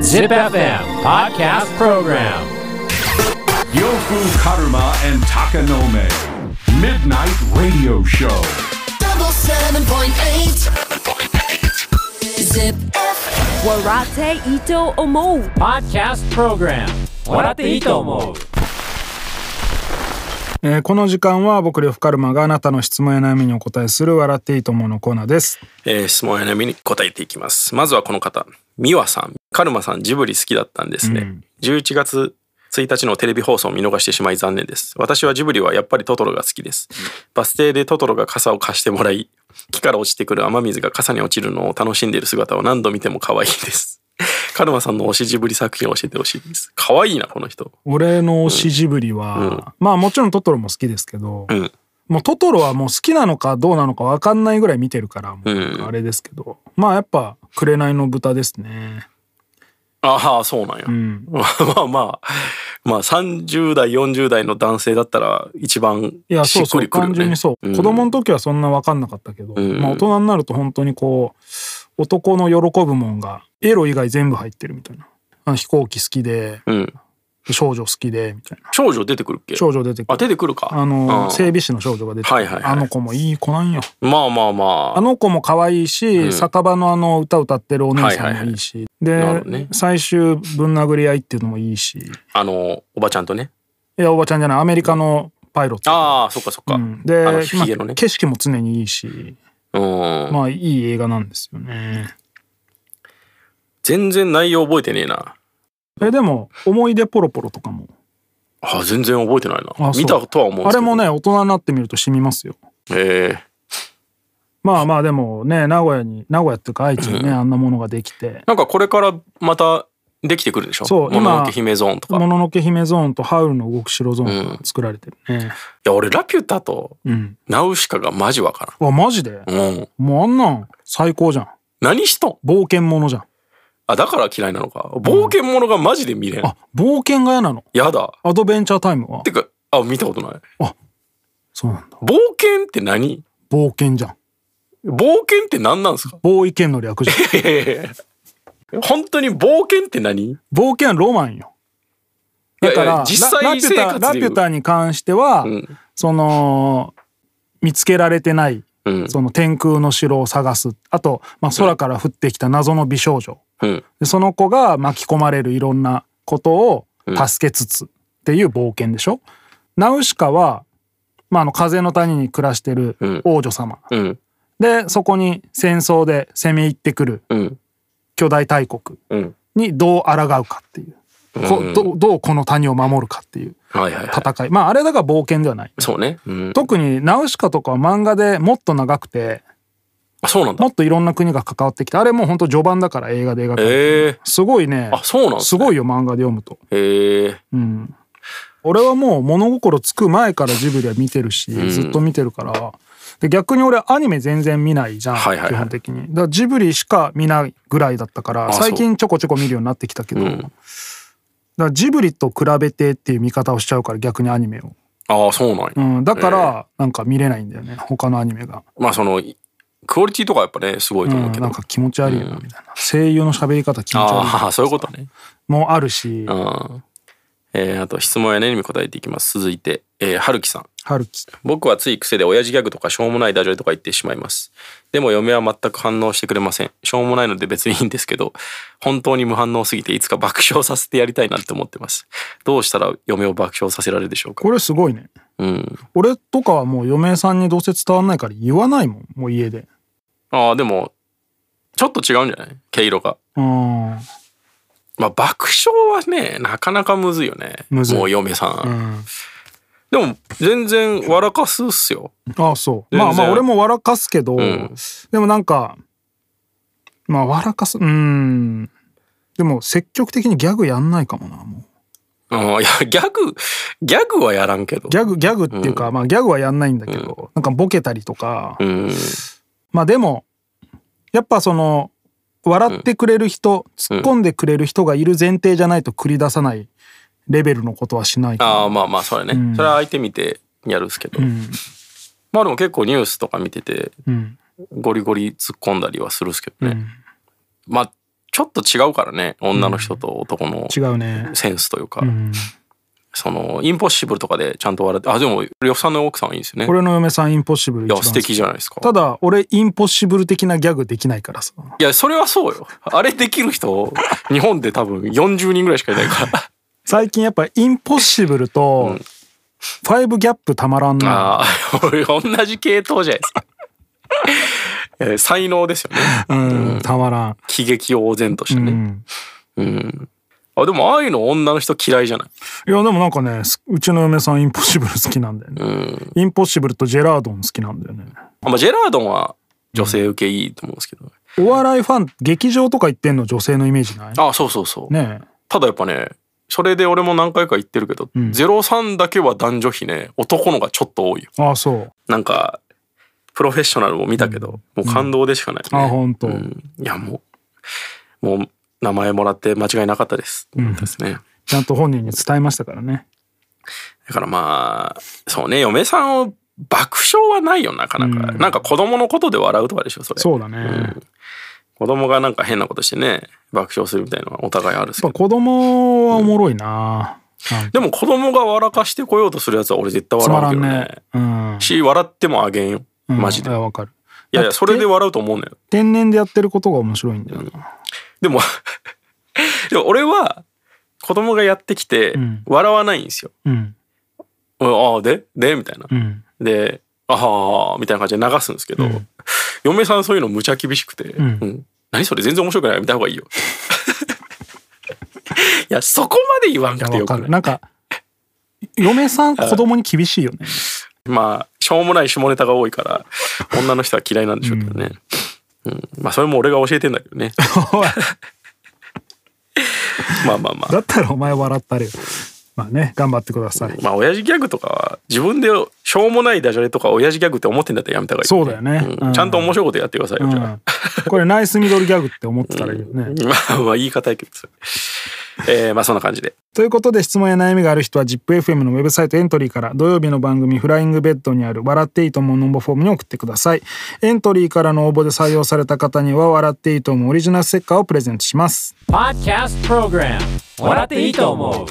Zip FM Podcast Program Yofu Karuma and Takanome. Midnight Radio Show. double seven point eight. Zip. Warate Ito Omo. Podcast Program 笑っていいと思うえーこの時間は僕呂布カルマがあなたの質問や悩みにお答えする笑っていいと思うのコーナーですえー質問や悩みに答えていきます。まずはこの方、ミワさん。カルマさん、ジブリ好きだったんですね。11月1日のテレビ放送を見逃してしまい残念です。私はジブリはやっぱりトトロが好きです。バス停でトトロが傘を貸してもらい、木から落ちてくる雨水が傘に落ちるのを楽しんでいる姿を何度見ても可愛い です。カルマさんの推しジブリ作品を教えてほしいです。可愛いな、この人。俺の推しジブリは、まあもちろんトトロも好きですけど、うん。もうトトロはもう好きなのかどうなのか分かんないぐらい見てるからもうなんかあれですけど、まあやっぱ「紅の豚」ですねああ、そうなんや。 まあまあ、まあ30代、40代の男性だったら一番いやしそっうそうくりくるよね。単純にそう、ん子供の時はそんな分かんなかったけど、んまあ大人になると本当にこう男の喜ぶもんがエロ以外全部入ってるみたいなあの飛行機好きでうん。少女好きでみたいな少女出てくるっけ少女出てくあ、る出てくるか。あの、うん整備士の少女が出てくるはいはいはいあの子もいい子なんよ。まあまあまああ。の子も可愛いし、酒場のあの歌歌ってるお姉さんもいいし、なるほで、どね最終ぶん殴り合いっていうのもいいし、いあの、おばちゃんとね。や、おばちゃんじゃない、アメリカのパイロット。ああ、そっかそっか。うんで、あの、ひげのまあね。景色も常にいいし、うん。まあいい映画なんですよね。全然内容覚えてねえな。え、でも、思い出ポロポロとかも。あ全然覚えてないな。あそう見たとは思うんであすけどれも。ね、大人になってみると染みますよ。ええまあまあでもね、名古屋に、名古屋っていうか愛知にね、あんなものができて、なんかこれからまたできてくるでしょそうも今ののけ姫ゾーンとか。もいののけ姫ゾーンとハウルの動く城ゾーンが作られてるね。や、俺、ラピュタとうん。ナウシカがマジわかあ、マジでらん。うん。もうあんなん最高じゃん。何しとん冒険者じゃん。あ、だから嫌いなのか。冒険者がマジで見れん。あ、冒険が嫌なの。やだ。アドベンチャータイムはてか、あ、見たことない。そうなんだ。冒険って何冒険じゃん。冒険って何なんですか冒意見の略 じゃん。いやいやいや本当に冒険って何冒険はロマンよ。だから、いやいや実際ラ生活でラピュタラピュタに関しては、んその、見つけられてない、うんその天空の城を探す。あと、まあ、空から降ってきた謎の美少女。うんでその子が巻き込まれるいろんなことを助けつつっていう冒険でしょ、ナウシカは、まあ、あの風の谷に暮らしてるうん王女様、うんでそこに戦争で攻め入ってくるうん巨大大国うんにどう抗うかっていう、こどうどうこの谷を守るかっていうはいはいはい戦いまああれだから冒険ではないそうねうん特にナウシカとかは漫画でもっと長くてあそうなんだもっといろんな国が関わってきてあれもうほんと序盤だから映画で描かれてるええすごいねあそうなんですすねごいよ漫画で読むとええうん、俺はもう物心つく前からジブリは見てるし、ずっと見てるからで逆に俺アニメ全然見ないじゃん、はいはいはい基本的にだからジブリしか見ないぐらいだったからそう最近ちょこちょこ見るようになってきたけど、だからジブリと比べてっていう見方をしちゃうから逆にアニメを、ああそうなんやうん、だからなんか見れないんだよね他のアニメが、まあそのいクオリティとかやっぱねすごいとう、思うんけなどんか気持ち悪いよなみたいな、声優の喋り方気持ち悪いああそういうことねもあるしうんえーあと質問や悩みに答えていきます続いてえーはるきさん春樹僕はつい癖で親父ギャグとかしょうもないダジャレとか言ってしまいます。でも嫁は全く反応してくれません。しょうもないので別にいいんですけど、本当に無反応すぎていつか爆笑させてやりたいなって思ってます。どうしたら嫁を爆笑させられるでしょうかこれすごいねうん。俺とかはもう嫁さんにどうせ伝わんないから言わないもんもう家でああ、でも、ちょっと違うんじゃない毛色が。うんまあ爆笑はね、なかなかむずいよね。むずいもう嫁さ。うんんでも、全然笑かすっすよ。ああそう全ま然あまあ俺も笑かすけど、んでもなんかまあ笑かすうんでも積極的にギャグやんないかもなもうん、いや、ギャグ、ギャグはやらんけどうギ。ャグギャグっていうか、まあギャグはやんないんだけど、なんかボケたりとか、うん。まあでもやっぱその笑ってくれる人、突っ込んでくれる人がいる前提じゃないと繰り出さないレベルのことはしないかなああまあまあそれね、それは相手見てやるっすけど、まあでも結構ニュースとか見ててうんゴリゴリ突っ込んだりはするっすけどね、まあちょっと違うからね女の人と男の違うね。センスというか、うん。そのインポッシブルとかでちゃんと笑ってあでも呂布さんの奥さんいいですよね俺の嫁さんインポッシブルい一や番素敵じゃん。ゃないですかただ、俺インポッシブル的なギャグできないからさ。いやそれはそうよあれできる人日本で多分40人ぐらいしかいないから最近やっぱインポッシブルと、ファイブギャップたまらんな。ああ俺同じ系統じゃないですかえー才能ですよねうん、たまらん。喜劇を然としたうねん。うん、あでもああいうの女の人嫌いじゃないいや、でもなんかね、すうちの嫁さんインポッシブル好きなんだよね。うんインポッシブルとジェラードン好きなんだよね。あまあジェラードンは女性受けいいと思うんですけど、お笑いファン、劇場とか行ってんの女性のイメージないあそうそうそう、ねえ。ただやっぱねそれで俺も何回か言ってるけど、03だけは男女比ね男のがちょっと多いよああ、そう。なんかプロフェッショナルも見たけど、もう感動でしかない、ねああ、ほんと。うんいやもうもう名前もらって間違いなかったです、ですねちゃんと本人に伝えましたからね。だからまあそうね嫁さんを爆笑はないよなかなか、なんか子供のことで笑うとかでしょそれそうだね。やっ子供がなんか変なことしてね爆笑するみたいなのはお互いあるんですけぱど子供はおもろいな。なんかでも子供が笑かしてこようとするやつは俺絶対つま笑らうけんどねね。うん。し笑ってもあげんようんマジで、いいやわかる。やいやそれで笑うと思うのよ天然でやってることが面白いんだよな。でも でも俺は子供がやってきてん笑わないんですよ、うん。ああででみたいな、うん。でああみたいな感じで流すんですけど、嫁さんそういうのむちゃ厳しくて、んうん何それ全然面白くないみたいな方がいいよ いやそこまで言わんいやくてわよかくる。なないんか、嫁さん子供に厳しいよね。まあしょうもない下ネタが多いから女の人は嫌いなんでしょうけどね、うんまあそれも俺が教えてんだけど ねおいまあまあまあだったらお前笑ったれよ。まあね、頑張ってください。まあ親父ギャグとかは自分でしょうもないダジャレとか親父ギャグって思ってんだったらやめた方がいい、そうだよねうんうんちゃんと面白いことやってくださいよ、うじゃあん、これナイスミドルギャグって思ってたらいいよね。 まあまあ言い方やけどそれえー、まあそんな感じでということで質問や悩みがある人は ZIPFM のウェブサイトエントリーから土曜日の番組「フライングベッド」にある「笑っていいと思う」の応募フォームに送ってくださいエントリーからの応募で採用された方には「笑っていいと思う」オリジナルステッカーをプレゼントします Podcast Program 笑っていいと思う